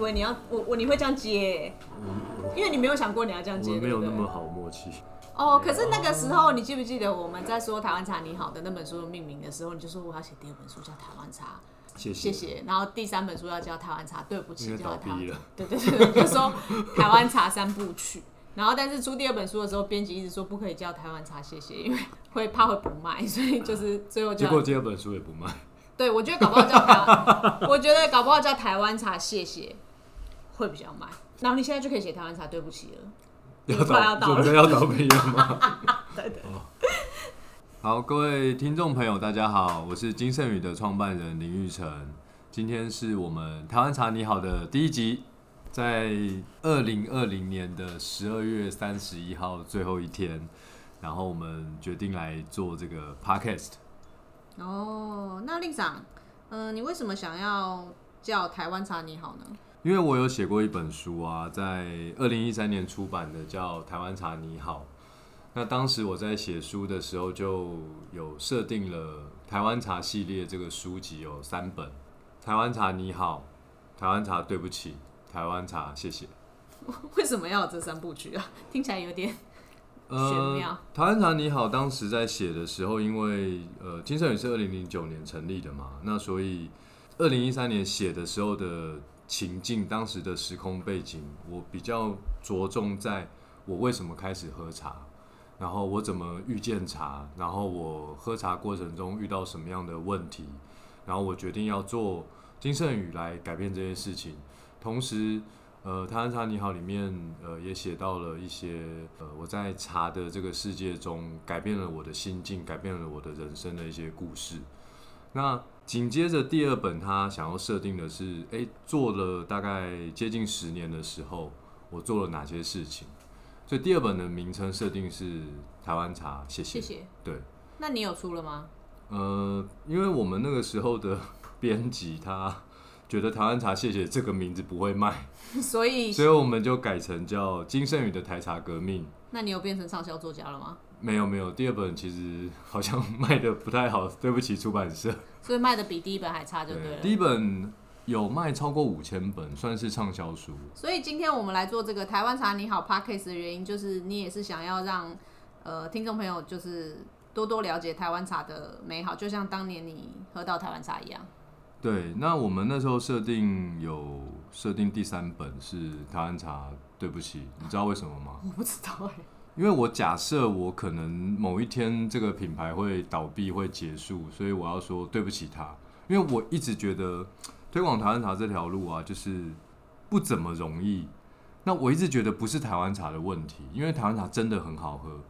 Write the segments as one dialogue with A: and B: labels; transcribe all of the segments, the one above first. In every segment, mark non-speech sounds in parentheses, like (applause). A: 为你要我我你会这样接，欸
B: 我
A: 因为你没有想过你要这样
B: 嗯我
A: 接，
B: 们没有
A: 对
B: 那
A: 不对
B: 么好默契。
A: 哦，可是那个时候，你记不记得我们在说《台湾茶你好》的那本书的命名的时候，你就说我要写第二本书叫《台湾茶》，
B: 谢
A: 谢。谢。然后第三本书要叫《台湾茶》，对不
B: 因
A: 起，
B: 为
A: 叫
B: 倒
A: 《台湾
B: 闭
A: 茶
B: 了》。
A: 对对对，就说《台湾茶三部曲》。然后，但是出第二本书的时候，编辑一直说不可以叫《台湾茶》，谢谢，因为会怕会不卖，所以就是最后就
B: 结果第二本书也不
A: (laughs)
B: 卖，
A: 对我觉得搞不好叫台， (laughs) 我觉得搞不好叫台湾茶，谢谢，会比较卖。然后你现在就可以写台湾茶，对不起了。
B: 要
A: 快要
B: 倒
A: 倒了
B: 准备要倒闭了吗？
A: (laughs)
B: 哦
A: 对对，
B: 好，各位听众朋友，大家好，我是金盛宇的创办人林玉成。今天是我们台湾茶你好的第一集，在二零二零年的十二月三十一号最后一天，然后我们决定来做这个 podcast。
A: 哦，那令长，嗯、你为什么想要叫台湾茶你好呢？ (laughs)
B: 因为我有写过一本书啊，在二零一三年出版的，叫《台湾茶你好》。那当时我在写书的时候，就有设定了台湾茶系列这个书籍有三本：台湾茶你好、台湾茶对不起、台湾茶谢谢。
A: 为什么要有这三部曲啊？ (laughs) 听起来有点
B: 呃
A: 玄妙
B: 台湾茶你好，当时在写的时候，因为呃，金盛宇是二零零九年成立的嘛，那所以呃二零一三年写的时候的情境，当时的时空背景，我比较着重在我为什么开始喝茶，然后我怎么遇见茶，然后我喝茶过程中遇到什么样的问题，然后我决定要做金盛宇来改变这些事情，同时。呃，《台湾茶你好》里面，呃，也写到了一些，呃，我在茶的这个世界中改变了我的心境，改变了我的人生的一些故事。那紧接着第二本，他想要设定的是，诶，做了大概接近十年的时候，我做了哪些事情？所以第二本的名称设定是台湾茶，谢谢。
A: 谢谢。
B: 对，
A: 那你有出了吗？ (laughs)
B: 呃，因为我们那个时候的 (laughs) 编辑他觉得台湾茶谢谢这个名字不会卖。
A: 所以，
B: 所以我们就改成叫金圣宇的台茶革命。
A: 那你有变成畅销作家了吗？
B: 没有没有，第二本其实好像 (laughs) 卖的不太好，对不起出版社。
A: 所以卖的比第一本还差就啊对了。
B: 第一本有卖超过五千本，算是畅销书。
A: 所以今天我们来做这个台湾茶你好 podcast 的原因，就是你也是想要让呃听众朋友就是多多了解台湾茶的美好，就像当年你喝到台湾茶一样。
B: 对，那我们那时候设定有设定第三本是台湾茶，对不起，你知道为什么吗？
A: (laughs) 我不知道哎、
B: 因为我假设我可能某一天这个品牌会倒闭会结束，所以我要说对不起他，因为我一直觉得推广台湾茶这条路啊，就是不怎么容易。那我一直觉得不是台湾茶的问题，因为台湾茶真的很好喝。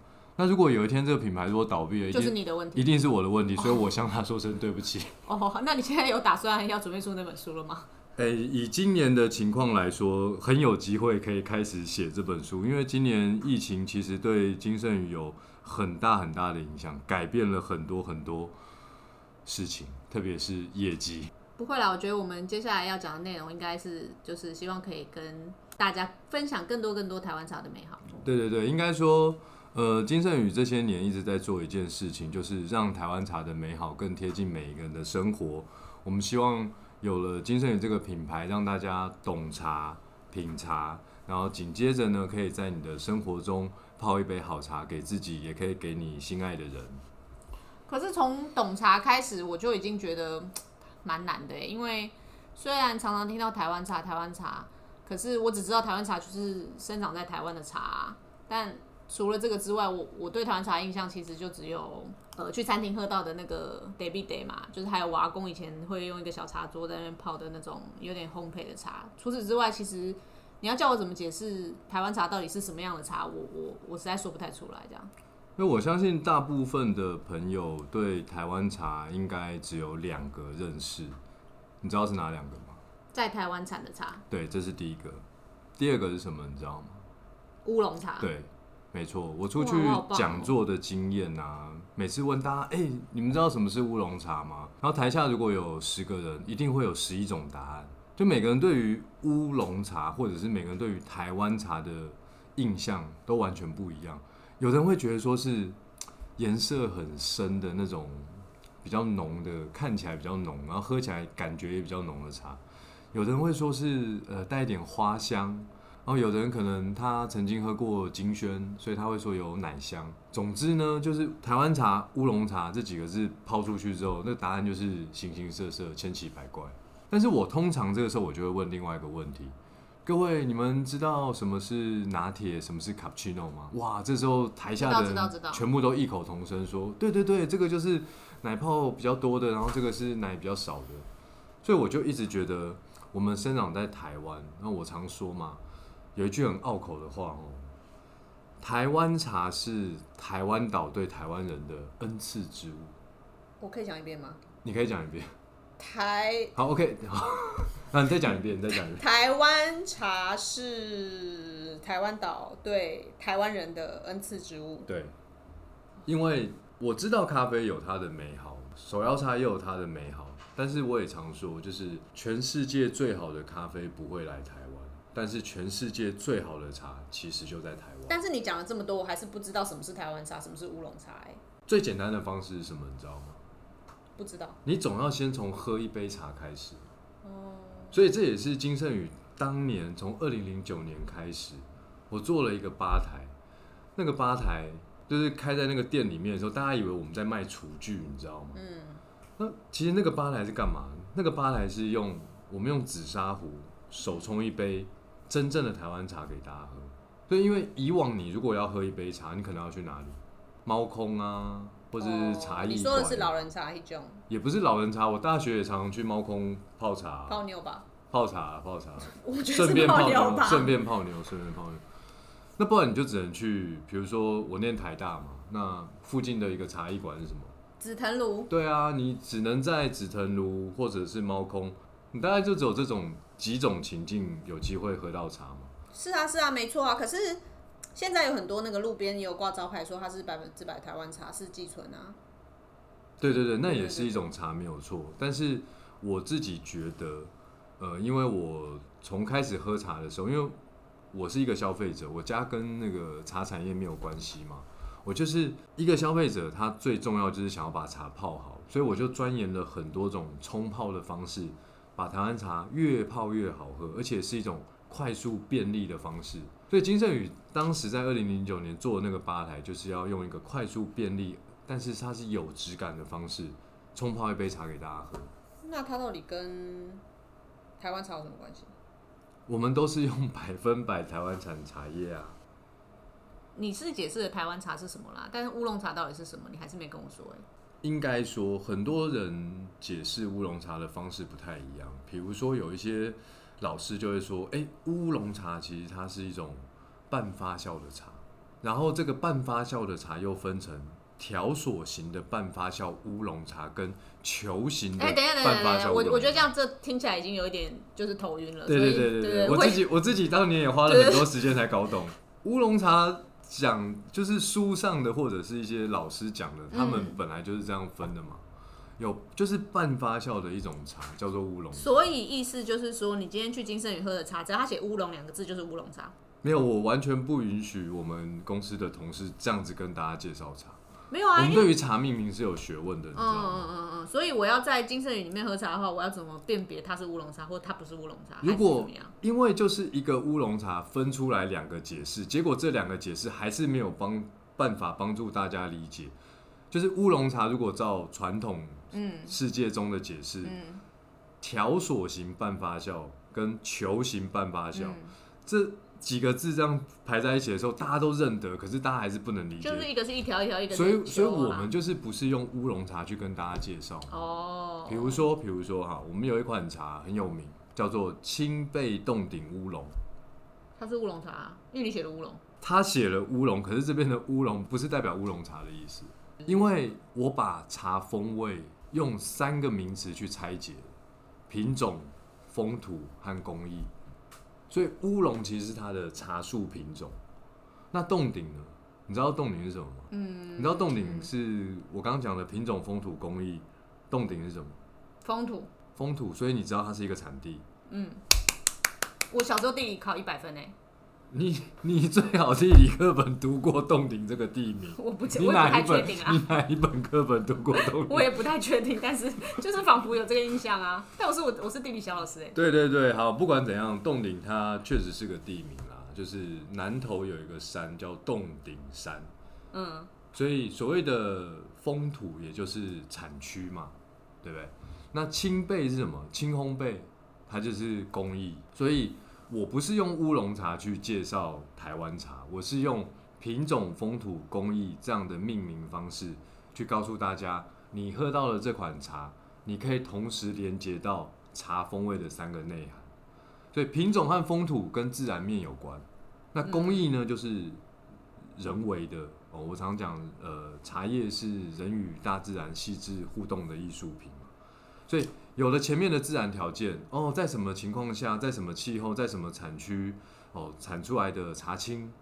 B: 那如果有一天这个品牌如果倒闭了，一定、
A: 就是你的问题
B: 一定是我的问题，所以我向他说声对不起。
A: 哦。那你现在有打算要准备出那本书了吗？
B: 诶，以今年的情况来说，很有机会可以开始写这本书，因为今年疫情其实对金圣宇有很大很大的影响，改变了很多很多事情，特别是业绩。
A: 不会啦，我觉得我们接下来要讲的内容应该是就是希望可以跟大家分享更多更多台湾茶的美好。
B: 对对对，应该说，呃，金圣宇这些年一直在做一件事情，就是让台湾茶的美好更贴近每一个人的生活。我们希望有了金圣宇这个品牌，让大家懂茶、品茶，然后紧接着呢，可以在你的生活中泡一杯好茶给自己，也可以给你心爱的人。
A: 可是从懂茶开始，我就已经觉得蛮难的耶，欸因为虽然常常听到台湾茶、台湾茶，可是我只知道台湾茶就是生长在台湾的茶啊，但除了这个之外，我我对台湾茶的印象其实就只有呃去餐厅喝到的那个 day by day 嘛，就是还有我阿公以前会用一个小茶桌在那边泡的那种有点烘焙的茶。除此之外，其实你要叫我怎么解释台湾茶到底是什么样的茶，我我我实在说不太出来这样。
B: 因为我相信大部分的朋友对台湾茶应该只有两个认识，你知道是哪两个吗？
A: 在台湾产的茶，
B: 对，这是第一个。第二个是什么？你知道吗？
A: 乌龙茶。
B: 对，没错，我出去
A: 哇我好棒哦
B: 讲座的经验啊，每次问大家，哎、你们知道什么是乌龙茶吗？然后台下如果有十个人，一定会有十一种答案。就每个人对于乌龙茶，或者是每个人对于台湾茶的印象都完全不一样。有人会觉得说是嘖颜色很深的那种比较浓的，看起来比较浓，然后喝起来感觉也比较浓的茶。有的人会说是呃带一点花香，然后有的人可能他曾经喝过金萱，所以他会说有奶香。总之呢，就是台湾茶、乌龙茶这几个字抛出去之后，那答案就是形形色色、千奇百怪。但是我通常这个时候我就会问另外一个问题：各位，你们知道什么是拿铁，什么是 cappuccino 吗？哇，这时候台下的
A: 知道知道知
B: 人
A: 道
B: 全部都异口同声说：对对对，这个就是奶泡比较多的，然后这个是奶比较少的。所以我就一直觉得，我们生长在台湾，那我常说嘛，有一句很拗口的话哦，台湾茶是台湾岛对台湾人的恩赐之物。
A: 我可以讲一遍吗？
B: 你可以讲一遍，
A: 台
B: 好，OK，好，那你再讲一遍，你再讲一遍。
A: 台湾茶是台湾岛对台湾人的恩赐之物。
B: 对，因为我知道咖啡有它的美好，手摇茶也有它的美好，但是我也常说，就是全世界最好的咖啡不会来台湾，但是全世界最好的茶其实就在台湾。
A: 但是你讲了这么多，我还是不知道什么是台湾茶，什么是乌龙茶、欸，
B: 最简单的方式是什么？你知道吗？
A: 不知道。
B: 你总要先从喝一杯茶开始。
A: 哦，
B: 所以这也是金圣宇当年从二零零九年开始，我做了一个吧台，那个吧台就是开在那个店里面的时候，大家以为我们在卖厨具，你知道吗？
A: 嗯，
B: 那其实那个吧台是干嘛？那个吧台是用我们用紫砂壶手冲一杯真正的台湾茶给大家喝。对，因为以往你如果要喝一杯茶，你可能要去哪里？猫空啊，或者是茶
A: 哦
B: 艺馆、
A: 你说的是老人茶一种
B: 也不是老人茶，我大学也常常去猫空泡茶、
A: 泡妞吧？
B: 泡茶、泡
A: (laughs)
B: 茶，
A: 我觉得
B: 啊顺
A: 哦是
B: 便
A: 泡
B: 泡
A: 妞
B: 妞，
A: 吧。
B: 顺便泡妞，顺便泡妞。那不然你就只能去，比如说我念台大嘛，那附近的一个茶艺馆是什么？
A: 紫藤庐，
B: 对啊，你只能在紫藤庐或者是猫空，你大概就只有这种几种情境有机会喝到茶嘛。
A: 是啊是啊，没错啊。可是现在有很多那个路边也有挂招牌说它是百分之百台湾茶，是寄存啊。
B: 对对对，那
A: 对
B: 也
A: 对
B: 是一种茶，没有错。但是我自己觉得，呃，因为我从开始喝茶的时候，因为我是一个消费者，我家跟那个茶产业没有关系嘛，我就是一个消费者，他最重要就是想要把茶泡好，所以我就钻研了很多种冲泡的方式，把台湾茶越泡越好喝，而且是一种快速便利的方式。所以金圣宇当时在二零零九年做的那个吧台，就是要用一个快速便利但是它是有质感的方式冲泡一杯茶给大家喝。
A: 那它到底跟台湾茶有什么关系？
B: 我们都是用百分百台湾产茶叶啊，
A: 你是解释了台湾茶是什么啦，但是乌龙茶到底是什么，你还是没跟我说哎、
B: 应该说很多人解释乌龙茶的方式不太一样。比如说有一些老师就会说，哎、乌龙茶其实它是一种半发酵的茶，然后这个半发酵的茶又分成。条索型的半发酵乌龙茶跟球形的
A: 哎、等一下，等一
B: 半
A: 下，等
B: 发
A: 一
B: 酵
A: 下，
B: 乌
A: 我
B: 龙茶
A: 我觉得这样这听起来已经有一点就是头晕了。
B: 对
A: 所
B: 对
A: 以
B: 对对对，我自
A: 会
B: 己我自己当年也花了很多时间才搞懂乌龙茶。讲就是书上的或者是一些老师讲的，他们
A: 嗯
B: 本来就是这样分的嘛。有就是半发酵的一种茶叫做乌龙，
A: 所以意思就是说，你今天去金圣宇喝的茶，只要他写乌龙两个字，就是乌龙茶。
B: 没有我完全不允许我们公司的同事这样子跟大家介绍茶。
A: 没有
B: 我
A: 啊，
B: 们
A: 因为
B: 对于茶命名是有学问的，你
A: 嗯
B: 知道
A: 嗯
B: 吗？
A: 嗯嗯，所以我要在金圣宇里面喝茶的话，我要怎么辨别它是乌龙茶或它不是乌龙茶？还是怎
B: 如果
A: 么样？
B: 因为就是一个乌龙茶分出来两个解释，结果这两个解释还是没有帮办法帮助大家理解。就是乌龙茶如果照传统
A: 嗯
B: 世界中的解释，
A: 嗯
B: 条索型半发酵跟球形半发酵、
A: 嗯，
B: 这几个字这样排在一起的时候，大家都认得，可是大家还是不能理解。
A: 就是一个是一条一条，一个是
B: 所以，所以
A: 球啊
B: 我们就是不是用乌龙茶去跟大家介绍。
A: 哦，
B: 比如说，比如说哈，我们有一款茶很有名，叫做清贝洞顶乌龙。
A: 它是乌龙茶啊，因为你写的乌龙。
B: 他写了乌龙，可是这边的乌龙不是代表乌龙茶的意思，因为我把茶风味用三个名词去拆解，品种、风土和工艺，所以乌龙其实是它的茶树品种。那洞顶呢？你知道洞顶是什么吗？
A: 嗯，
B: 你知道洞顶是我刚刚讲的品种、风土、工艺，洞顶是什么？
A: 风土。
B: 风土，所以你知道它是一个产地。
A: 我小时候地理考一百分诶，欸
B: 你你最好地理课本读过洞顶这个地名，
C: (laughs) 我不知，
B: 你
C: 我也不
B: 哪
C: 太
B: 一
C: 确
B: 本？
C: 定啊，
B: (laughs) 你哪一本课本读过洞
C: 我
B: 顶？
C: 也不太确定，但是 (laughs) 就是仿佛有这个印象啊。但我是我我是地理小老师哎、
B: (laughs) 对对对，好，不管怎样，洞顶它确实是个地名啦，就是南投有一个山叫洞顶山，
C: 嗯，
B: 所以所谓的风土也就是产区嘛，对不对？那青焙是什么？青烘焙，它就是工艺。所以我不是用乌龙茶去介绍台湾茶，我是用品种、风土、工艺这样的命名方式去告诉大家，你喝到了这款茶，你可以同时连接到茶风味的三个内涵。所以品种和风土跟自然面有关，那工艺呢，就是人为的哦。我常讲，呃，茶叶是人与大自然细致互动的艺术品嘛，所以有了前面的自然条件，哦，在什么情况下，在什么气候，在什么产区，哦，产出来的茶青，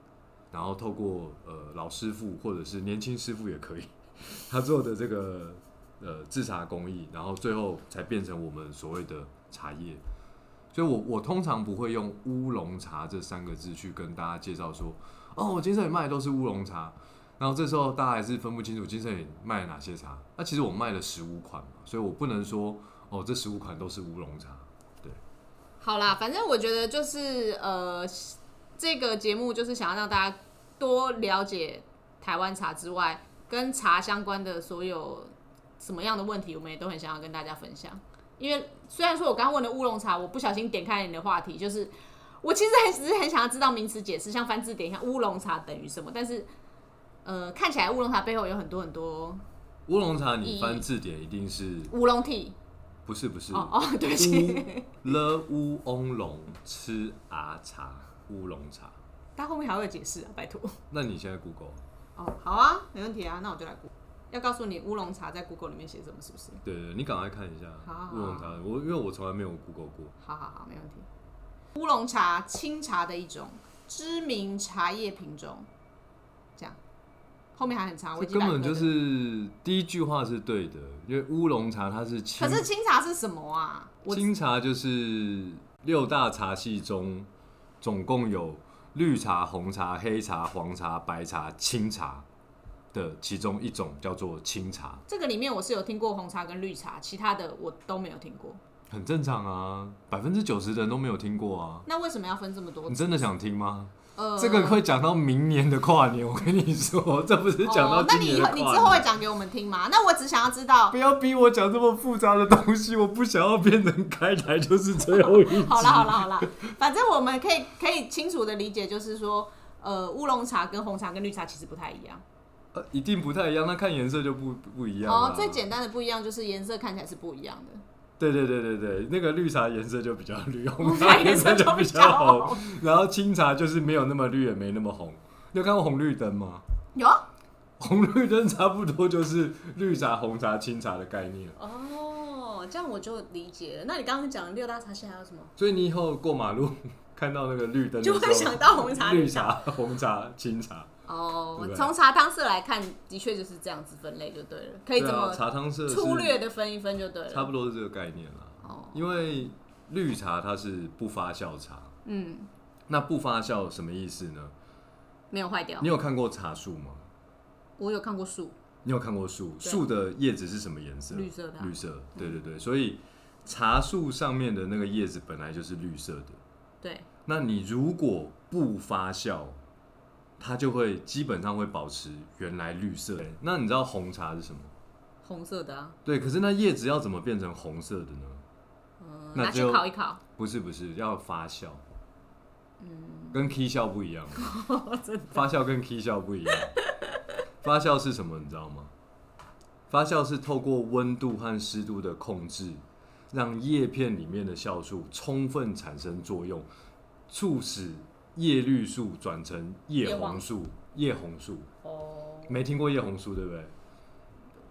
B: 然后透过呃老师傅或者是年轻师傅也可以， (laughs) 他做的这个呃制茶工艺，然后最后才变成我们所谓的茶叶。所以我我通常不会用乌龙茶这三个字去跟大家介绍说，哦，我金盛宇卖的都是乌龙茶。然后这时候大家还是分不清楚金盛宇卖了哪些茶。那、其实我卖了十五款嘛，所以我不能说哦，这十五款都是乌龙茶。
A: 好啦，反正我觉得就是呃，这个节目就是想要让大家多了解台湾茶之外，跟茶相关的所有什么样的问题，我们也都很想要跟大家分享。因为虽然说我刚刚问的乌龙茶，我不小心点开你的话题，就是我其实很只是很想要知道名词解释，像翻字典一样，乌龙茶等于什么？但是呃，看起来乌龙茶背后有很多很多
B: 乌龙茶
A: 意
B: 你
A: 义
B: 翻字典一定是
A: 乌龙 tea。
B: 不是不是
A: 哦哦，对不 (laughs) 起，
B: 乌了乌翁龙吃啊茶乌龙茶。
A: 但后面还会有解释啊，拜托。
B: 那你现在 Google
A: 哦，好啊，没问题啊，那我就来 Google。要告诉你乌龙茶在 Google 里面写什么，是不是？
B: 对对，你赶快看一下
A: 好好好
B: 乌龙茶。我因为我从来没有 Google 过。
A: 好好好，没问题。乌龙茶，清茶的一种，知名茶叶品种。这样，后面还很长，我已
B: 这
A: 经
B: 根本
A: 懒得
B: 就是第一句话是对的，因为乌龙茶它是清
A: 可是清茶是什么啊？我
B: 清茶就是六大茶系中，总共有绿茶、红茶、黑茶、黄茶、白茶、清茶的其中一种叫做清茶，
A: 这个里面我是有听过红茶跟绿茶，其他的我都没有听过。
B: 很正常啊，百分之九十的人都没有听过啊。
A: 那为什么要分这么多
B: 你？真的想听吗？
A: 呃，
B: 这个会讲到明年的跨年，我跟你说，这不是讲到
A: 哦，那
B: 今
A: 你
B: 年
A: 以后
B: 的跨
A: 你
B: 年。
A: 之后会讲给我们听吗？那我只想要知道
B: 不。要逼我讲这么复杂的东西，我不想要变成开台就是最后一
A: (laughs)
B: 集。
A: 好啦好啦好啦，反正我们可以可以清楚的理解，就是说，呃，乌龙茶跟红茶跟绿茶其实不太一样。
B: 呃一定不太一样，那看颜色就不不一样啊啦
A: 哦，最简单的不一样就是颜色看起来是不一
B: (laughs)
A: 样的，
B: 对对对对对，那个绿茶颜色就比较
A: (laughs)
B: 绿，红
A: 茶
B: 茶
A: 颜
B: 颜
A: 色
B: 色
A: 就
B: 就
A: 比
B: 比
A: 较
B: 较
A: 红
B: 红，然后清茶就是没有那么绿，也没那么红。你有看过红绿灯吗？
A: (laughs)
B: (laughs)
A: 有啊
B: 红绿灯差不多就是绿茶、红茶、清茶的概念。啊
A: 哦，这样我就理解了。那你刚刚讲六大茶系还有
B: (laughs)
A: 什么？
B: 所以你以后过马路看到那个绿灯的时
A: 就
B: 候，
A: 会想到红茶
B: 绿茶、红茶、清茶。
A: 哦，
B: 对不对
A: 从茶汤色来看，的确就是这样子分类就对了，可以
B: 对
A: 哎怎
B: 啊，
A: 么
B: 茶汤色是
A: 粗略的分一分就对
B: 差
A: 了。
B: 不多是这个概念啦。
A: 哦，
B: 因为绿茶它是不发酵茶，
A: 嗯，
B: 那不发酵什么意思呢？
A: 没有坏掉
B: 你。有看过茶树吗？
A: 我有看过树，
B: 你有看过树？
A: 对啊
B: 树的叶子是什么颜色？
A: 绿色的啊
B: 绿色，对对对。所以茶树上面的那个叶子本来就是绿色的。
A: 对，
B: 那你如果不发酵，它就会基本上会保持原来绿色。那你知道红茶是什么？
A: 红色的啊，
B: 对，可是那叶子要怎么变成红色的呢？
A: 嗯，
B: 那
A: 拿去
B: 就
A: 烤一烤，
B: 不是不是，要发酵。嗯，跟 K 酵不一
A: (laughs)
B: 样。发酵跟 K 酵不一样。发酵是什么？你知道吗？发酵是透过温度和湿度的控制，让叶片里面的酵素充分产生作用，促使叶绿素转成叶红素。叶红素
A: 哦，
B: 没听过叶红素，对不对？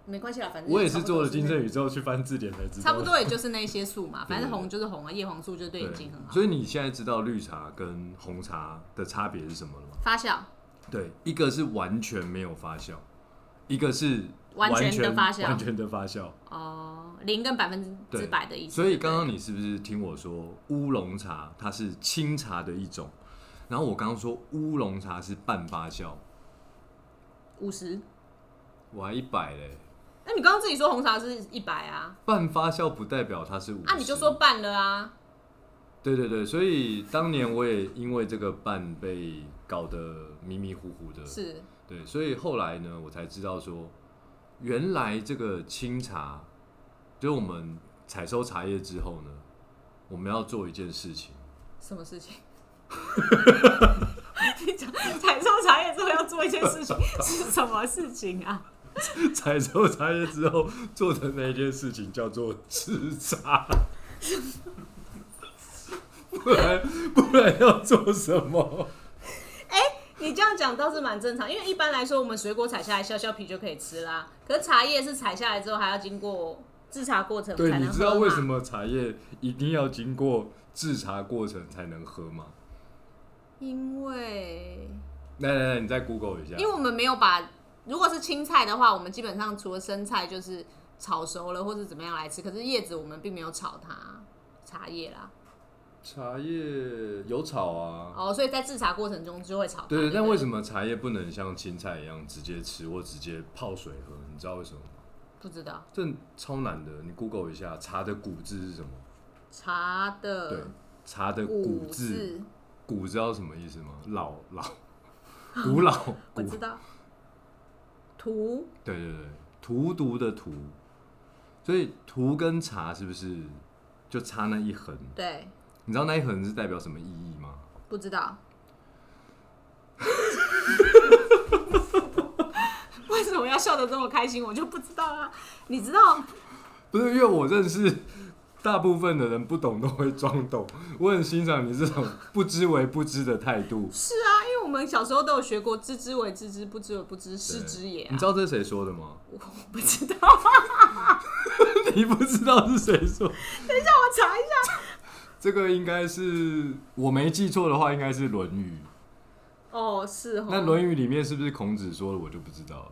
A: 没关系啦，反正
B: 我也
A: 差
B: 是
A: 不
B: 做
A: 多
B: 了金
A: 那
B: 正宇之后去翻字典才知道。
A: 差不多也就是那些树
B: (laughs)
A: 嘛，
B: 对
A: 反正红就是红啊，叶黄素就对眼睛很好。
B: 所以你现在知道绿茶跟红茶的差别是什么了吗？
A: 发酵，
B: 对，一个是完全没有发酵，一个是
A: 完全的发酵
B: 完全的发酵。
A: 哦，零跟百分之
B: 对
A: 百的意思。
B: 所以刚刚你是不是听我说乌龙茶它是清茶的一种？然后我刚刚说乌龙茶是半发酵，
A: 五十
B: 我还一百嘞。
C: 那你刚刚自己说红茶是一百啊，
B: 半发酵不代表它是五十，
C: 啊你就说半了啊，
B: 对对对，所以当年我也因为这个半被搞得迷迷糊糊的，
C: 是
B: 对，所以后来呢，我才知道说，原来这个清茶，就是我们采收茶叶之后呢，我们要做一件事情， (laughs)
C: 什么事
A: (laughs)
C: 情？你讲采收茶叶之后要做一件事
B: (laughs)
C: 情是什么事情啊？
B: 采收茶叶之后做的那一件事情叫做制茶，不然不然要做什么？
C: 你这样讲倒是蛮正常，因为一般来说我们水果采下来削削皮就可以吃啦，可是茶叶是采下来之后还要经过制茶过程
B: 对，
C: 才
B: 你
C: 能
B: 知道
C: 喝
B: 为
C: 嘛
B: 什？么茶叶一定要经过制茶过程才能喝吗？
C: 因为
B: 来来来，你再 Google 一下
A: 因。为我们没有把，如果是青菜的话，我们基本上除了生菜就是炒熟了或是怎么样来吃，可是叶子我们并没有炒它，茶叶啦。
B: 茶叶有炒啊，
A: 哦，所以在制茶过程中就会炒它。
B: 对
A: 对
B: 对，
A: 不对，
B: 但为什
A: 么
B: 么茶叶不能像青菜一样直接吃或直接泡水喝？你知道为什么吗？
A: 不知道
B: 这超难的，你 Google 一下茶的骨字是什么？
A: 茶
B: 对
A: 的，
B: 茶的骨
A: 骨
B: 字，
A: 呃字，
B: 骨知道什么意思吗？老
A: (laughs)
B: 老，古老
C: 我
B: 古，
C: 知道图
B: 对对对，荼毒的荼，所以荼跟茶是不是就差那一横？
A: 对，
B: 你知道那一横是代表什么意义吗？
A: 不知道。
C: 为什么要笑得这么开心？我就不知道啊。你知道
B: 不是，因为我认识大部分的人不懂都会装懂，我很欣赏你这种不知为不知的态度。
C: 是啊，因为我们小时候都有学过“知之为知之，不知为不知，
B: 对
C: 失之也、啊
B: 你知道这是谁说的吗？”。
C: 我不知道，
B: (laughs) 你不知道是谁说？
C: 我查一下。
B: 这个应该是我没记错的话，应该是《论语》。
C: 哦，是哦。
B: 那《论语》里面是不是孔子说的？我就不知道了。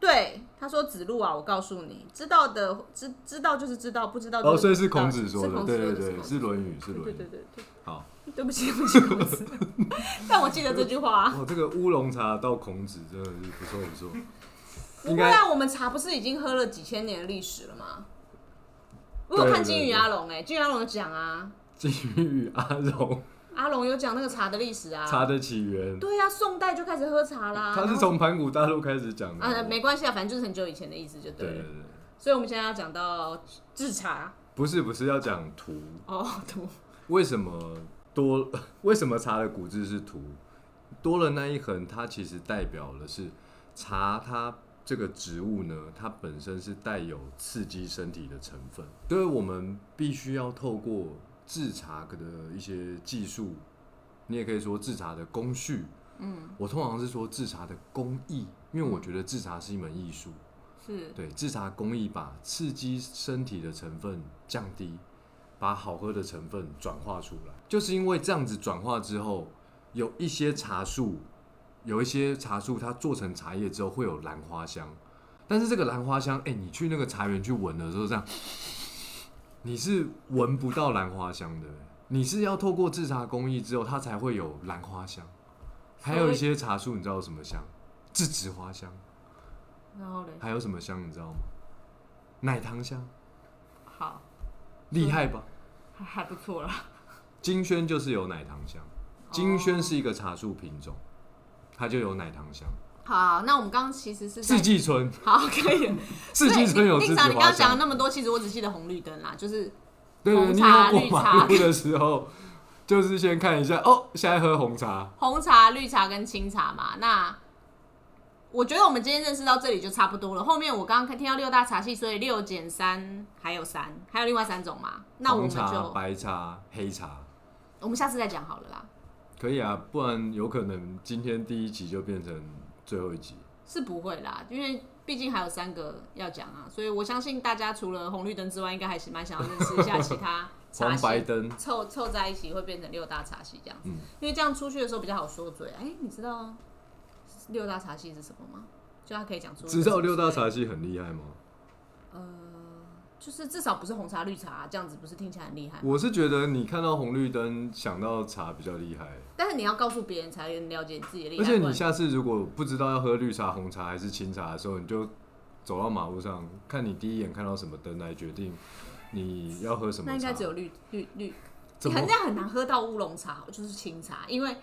C: 对他说：“子路啊，我告诉你，知道的知知道就是知道，不知道就
B: 哦，
C: 是
B: 所以是
C: 不知道
B: 孔子说
C: 是
B: 的，
C: 孔
B: 对
C: 子
B: 对
C: 说的
B: 对，是《论语》，是《
C: 对
B: 论
C: 对对》。
B: 语
C: 对对。
B: 好，
C: 对不起，对不起，孔子。但我记得这句话、啊。
B: 哦，这个乌龙茶到孔子真的是不错不错。
C: 不
B: 应
C: 会
B: 该
C: 啊，我们茶不是已经喝了几千年的历史了吗？我有看
B: 对对对
C: 金鱼阿龙、哎，金鱼阿龙有讲啊，
B: 金鱼阿荣
C: 阿龙有讲那个茶的历史啊。
B: 茶的起源，
C: 对呀、啊宋代就开始喝茶啦。
B: 他
C: 然
B: 是
C: 后
B: 从盘古大陆开始讲的。哦
C: 啊，没关系啊，反正就是很久以前的意思就对
B: 对
C: 了。
B: 对对。
C: 所以我们现在要讲到制茶
B: 不是不是要讲图，
C: 哦，图
B: 为什么多？ (laughs) 为什么茶的古字是图？多了那一横，它其实代表的是茶，它这个植物呢，它本身是带有刺激身体的成分，所以我们必须要透过制茶的一些技术，你也可以说制茶的工序。嗯，我通常是说制茶的工艺，因为我觉得制茶是一门艺术。
A: 是
B: 对，制茶工艺把刺激身体的成分降低，把好喝的成分转化出来。就是因为这样子转化之后，有一些茶树，有一些茶树它做成茶叶之后会有兰花香，但是这个兰花香，哎、你去那个茶园去闻的时候，这样你是闻不到兰花香的，你是要透过制茶工艺之后，它才会有兰花香。还有一些茶树，你知道有什么香？栀子花香。
A: 然后嘞，
B: 还有什么香你知道吗？奶糖香，
A: 好，
B: 厉害吧？
A: 还还不错啦。
B: 金萱就是有奶糖香，
A: 哦
B: 金萱是一个茶树品种，它就有奶糖香。
A: 好，那我们刚刚其实是在
B: 四季春，
A: 好可以。
B: 四季春有栀
A: 令
B: 子
A: 长，你刚
B: 花
A: 刚讲了
B: 香。
A: 那么多，其实我只记得红绿灯啦，就是
B: 对对，
A: 红
B: 你
A: 茶
B: 有过
A: 绿
B: 马
A: 茶
B: 路的时候，就是先看一下哦，现在喝红茶。
A: 红茶、绿茶跟清茶嘛。那我觉得我们今天认识到这里就差不多了。后面我刚刚听到六大茶系，所以六减三还有三，还有另外三种嘛。那我
B: 红
A: 们就
B: 茶、白茶、黑茶，
A: 我们下次再讲好了啦，
B: 可以啊，不然有可能今天第一集就变成最后一集。
A: 是不会啦，因为毕竟还有三个要讲啊，所以我相信大家除了红绿灯之外，应该还是蛮想要认识一下其他茶
B: 黄
A: 系
B: 白灯，
A: 凑凑在一起会变成六大茶系这样子，
B: 嗯
A: 因为这样出去的时候比较好说嘴。哎、你知道六大茶系是什么吗？就他可以讲出
B: 知道六大茶系很厉害吗？
A: 呃就是至少不是红茶绿茶、啊这样子，不是听起来很厉害吗？
B: 我是觉得你看到红绿灯想到茶比较厉害，
A: 但是你要告诉别人才能了解你自己的厉害。
B: 而且
A: 不
B: 你
A: 然
B: 下次如果不知道要喝绿茶、红茶还是清茶的时候，你就走到马路上，看你第一眼看到什么灯来决定你要喝什么
A: 那应
B: 茶
A: 该只。有绿绿绿，
B: 怎
A: 肯
B: 么
A: 定很难喝到乌龙茶，就是清茶，因为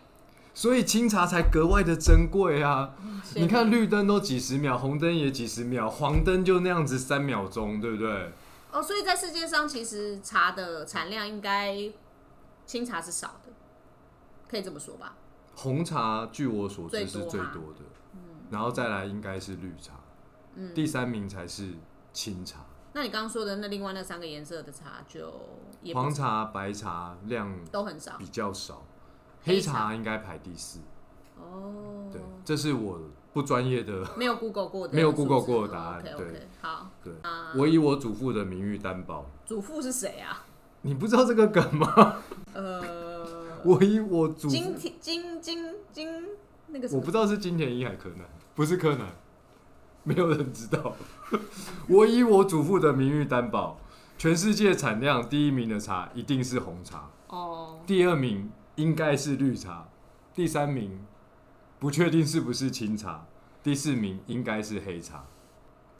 B: 所以清茶才格外的珍
A: (laughs)
B: 贵啊！你看
A: 绿
B: 绿灯都几十秒，红灯也几十秒，黄灯就那样子三秒钟，对不对？
A: 哦，所以在世界上其实茶的产量应该清茶是少的，可以这么说吧？
B: 红茶据我所知是
A: 最多嗯
B: 最
A: 嘛
B: 多的，然后再来应该是绿茶，
A: 嗯
B: 第三名才是清茶。
A: 那你刚刚说的那另外那三个颜色的茶就也不
B: 黄茶、白茶量
A: 都很少
B: 比较少，黑
A: 黑茶
B: 茶应该排第四。
A: 哦，
B: 对，这是我不专业的，
A: 没有 Google 过的，
B: 没有 Google 过的答案
A: OK
B: 对
A: OK，好，
B: 对
A: 啊
B: 我以我祖父的名誉担保。
A: 祖父是谁啊？
B: 你不知道这个梗吗？ (laughs)
A: 呃，
B: 我以我祖父，
A: 金田金金金那个什
B: 我
A: 么
B: 不知道是金田一还柯南，不是柯南，没有人知道。 (laughs) 我以我祖父的名誉担保，全世界产量第一名的茶一定是红茶，
D: 哦，
B: 第二名应该是绿茶，第三名不确定是不是清茶，第四名应该是黑茶。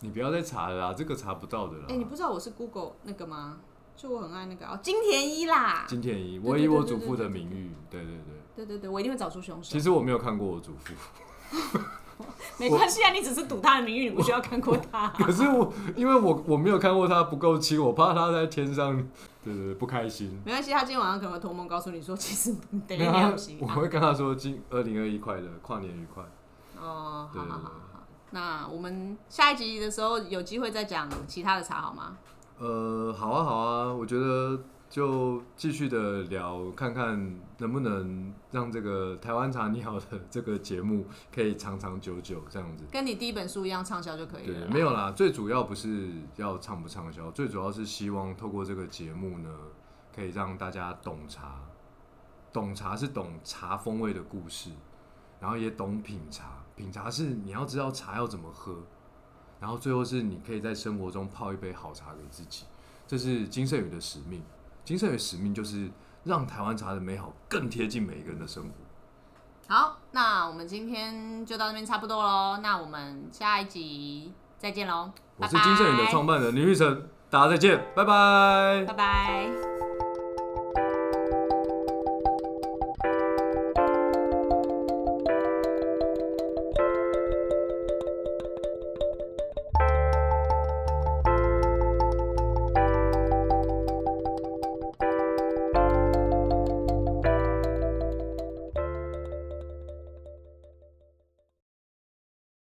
B: 你不要再查了啦，这个查不到的啦。
A: 哎、你不知道我是 Google 那个吗？就我很爱那个哦，金田一啦。
B: 金田一，
A: 对
B: 我以我祖父
A: 对对对
B: 的名誉，对对对。
A: 对对对，我一定会找出凶手
B: 其。实我没有看过我祖父，
A: 没关系啊，你只是赌他的名誉，你不需要看过他。
B: (laughs) 可是我因为我我没有看过他不够亲，我怕他在天上， (laughs) 对对对，不开心。
A: 没关系，他今天晚上可能会托梦告诉你说，其实你
B: (laughs)
A: 等于
B: 然
A: 没
B: 后
A: 有心
B: 我
A: 啊。
B: 会跟他说今二零二一快乐，跨年愉快。
A: 哦，
B: 对
A: 好
B: 对
A: 好
B: 对
A: 好好。好那我们下一集的时候有机会再讲其他的茶好吗？
B: 呃，好啊好啊，我觉得就继续的聊，看看能不能让这个台湾茶你好的这个节目可以长长久久这样子。
A: 跟你第一本书一样畅销就可以
B: 对
A: 了，啦。
B: 没有啦，最主要不是要畅不畅销，最主要是希望透过这个节目呢，可以让大家懂茶，懂茶是懂茶风味的故事，然后也懂品茶，品茶是你要知道茶要怎么喝，然后最后是你可以在生活中泡一杯好茶给自己，这是金圣宇的使命。金圣宇的使命就是让台湾茶的美好更贴近每一个人的生活。
A: 好，那我们今天就到这边差不多喽。那我们下一集再见喽，
B: 我是金圣宇的创办人林玉成，大家再见，拜拜
A: 拜拜。拜拜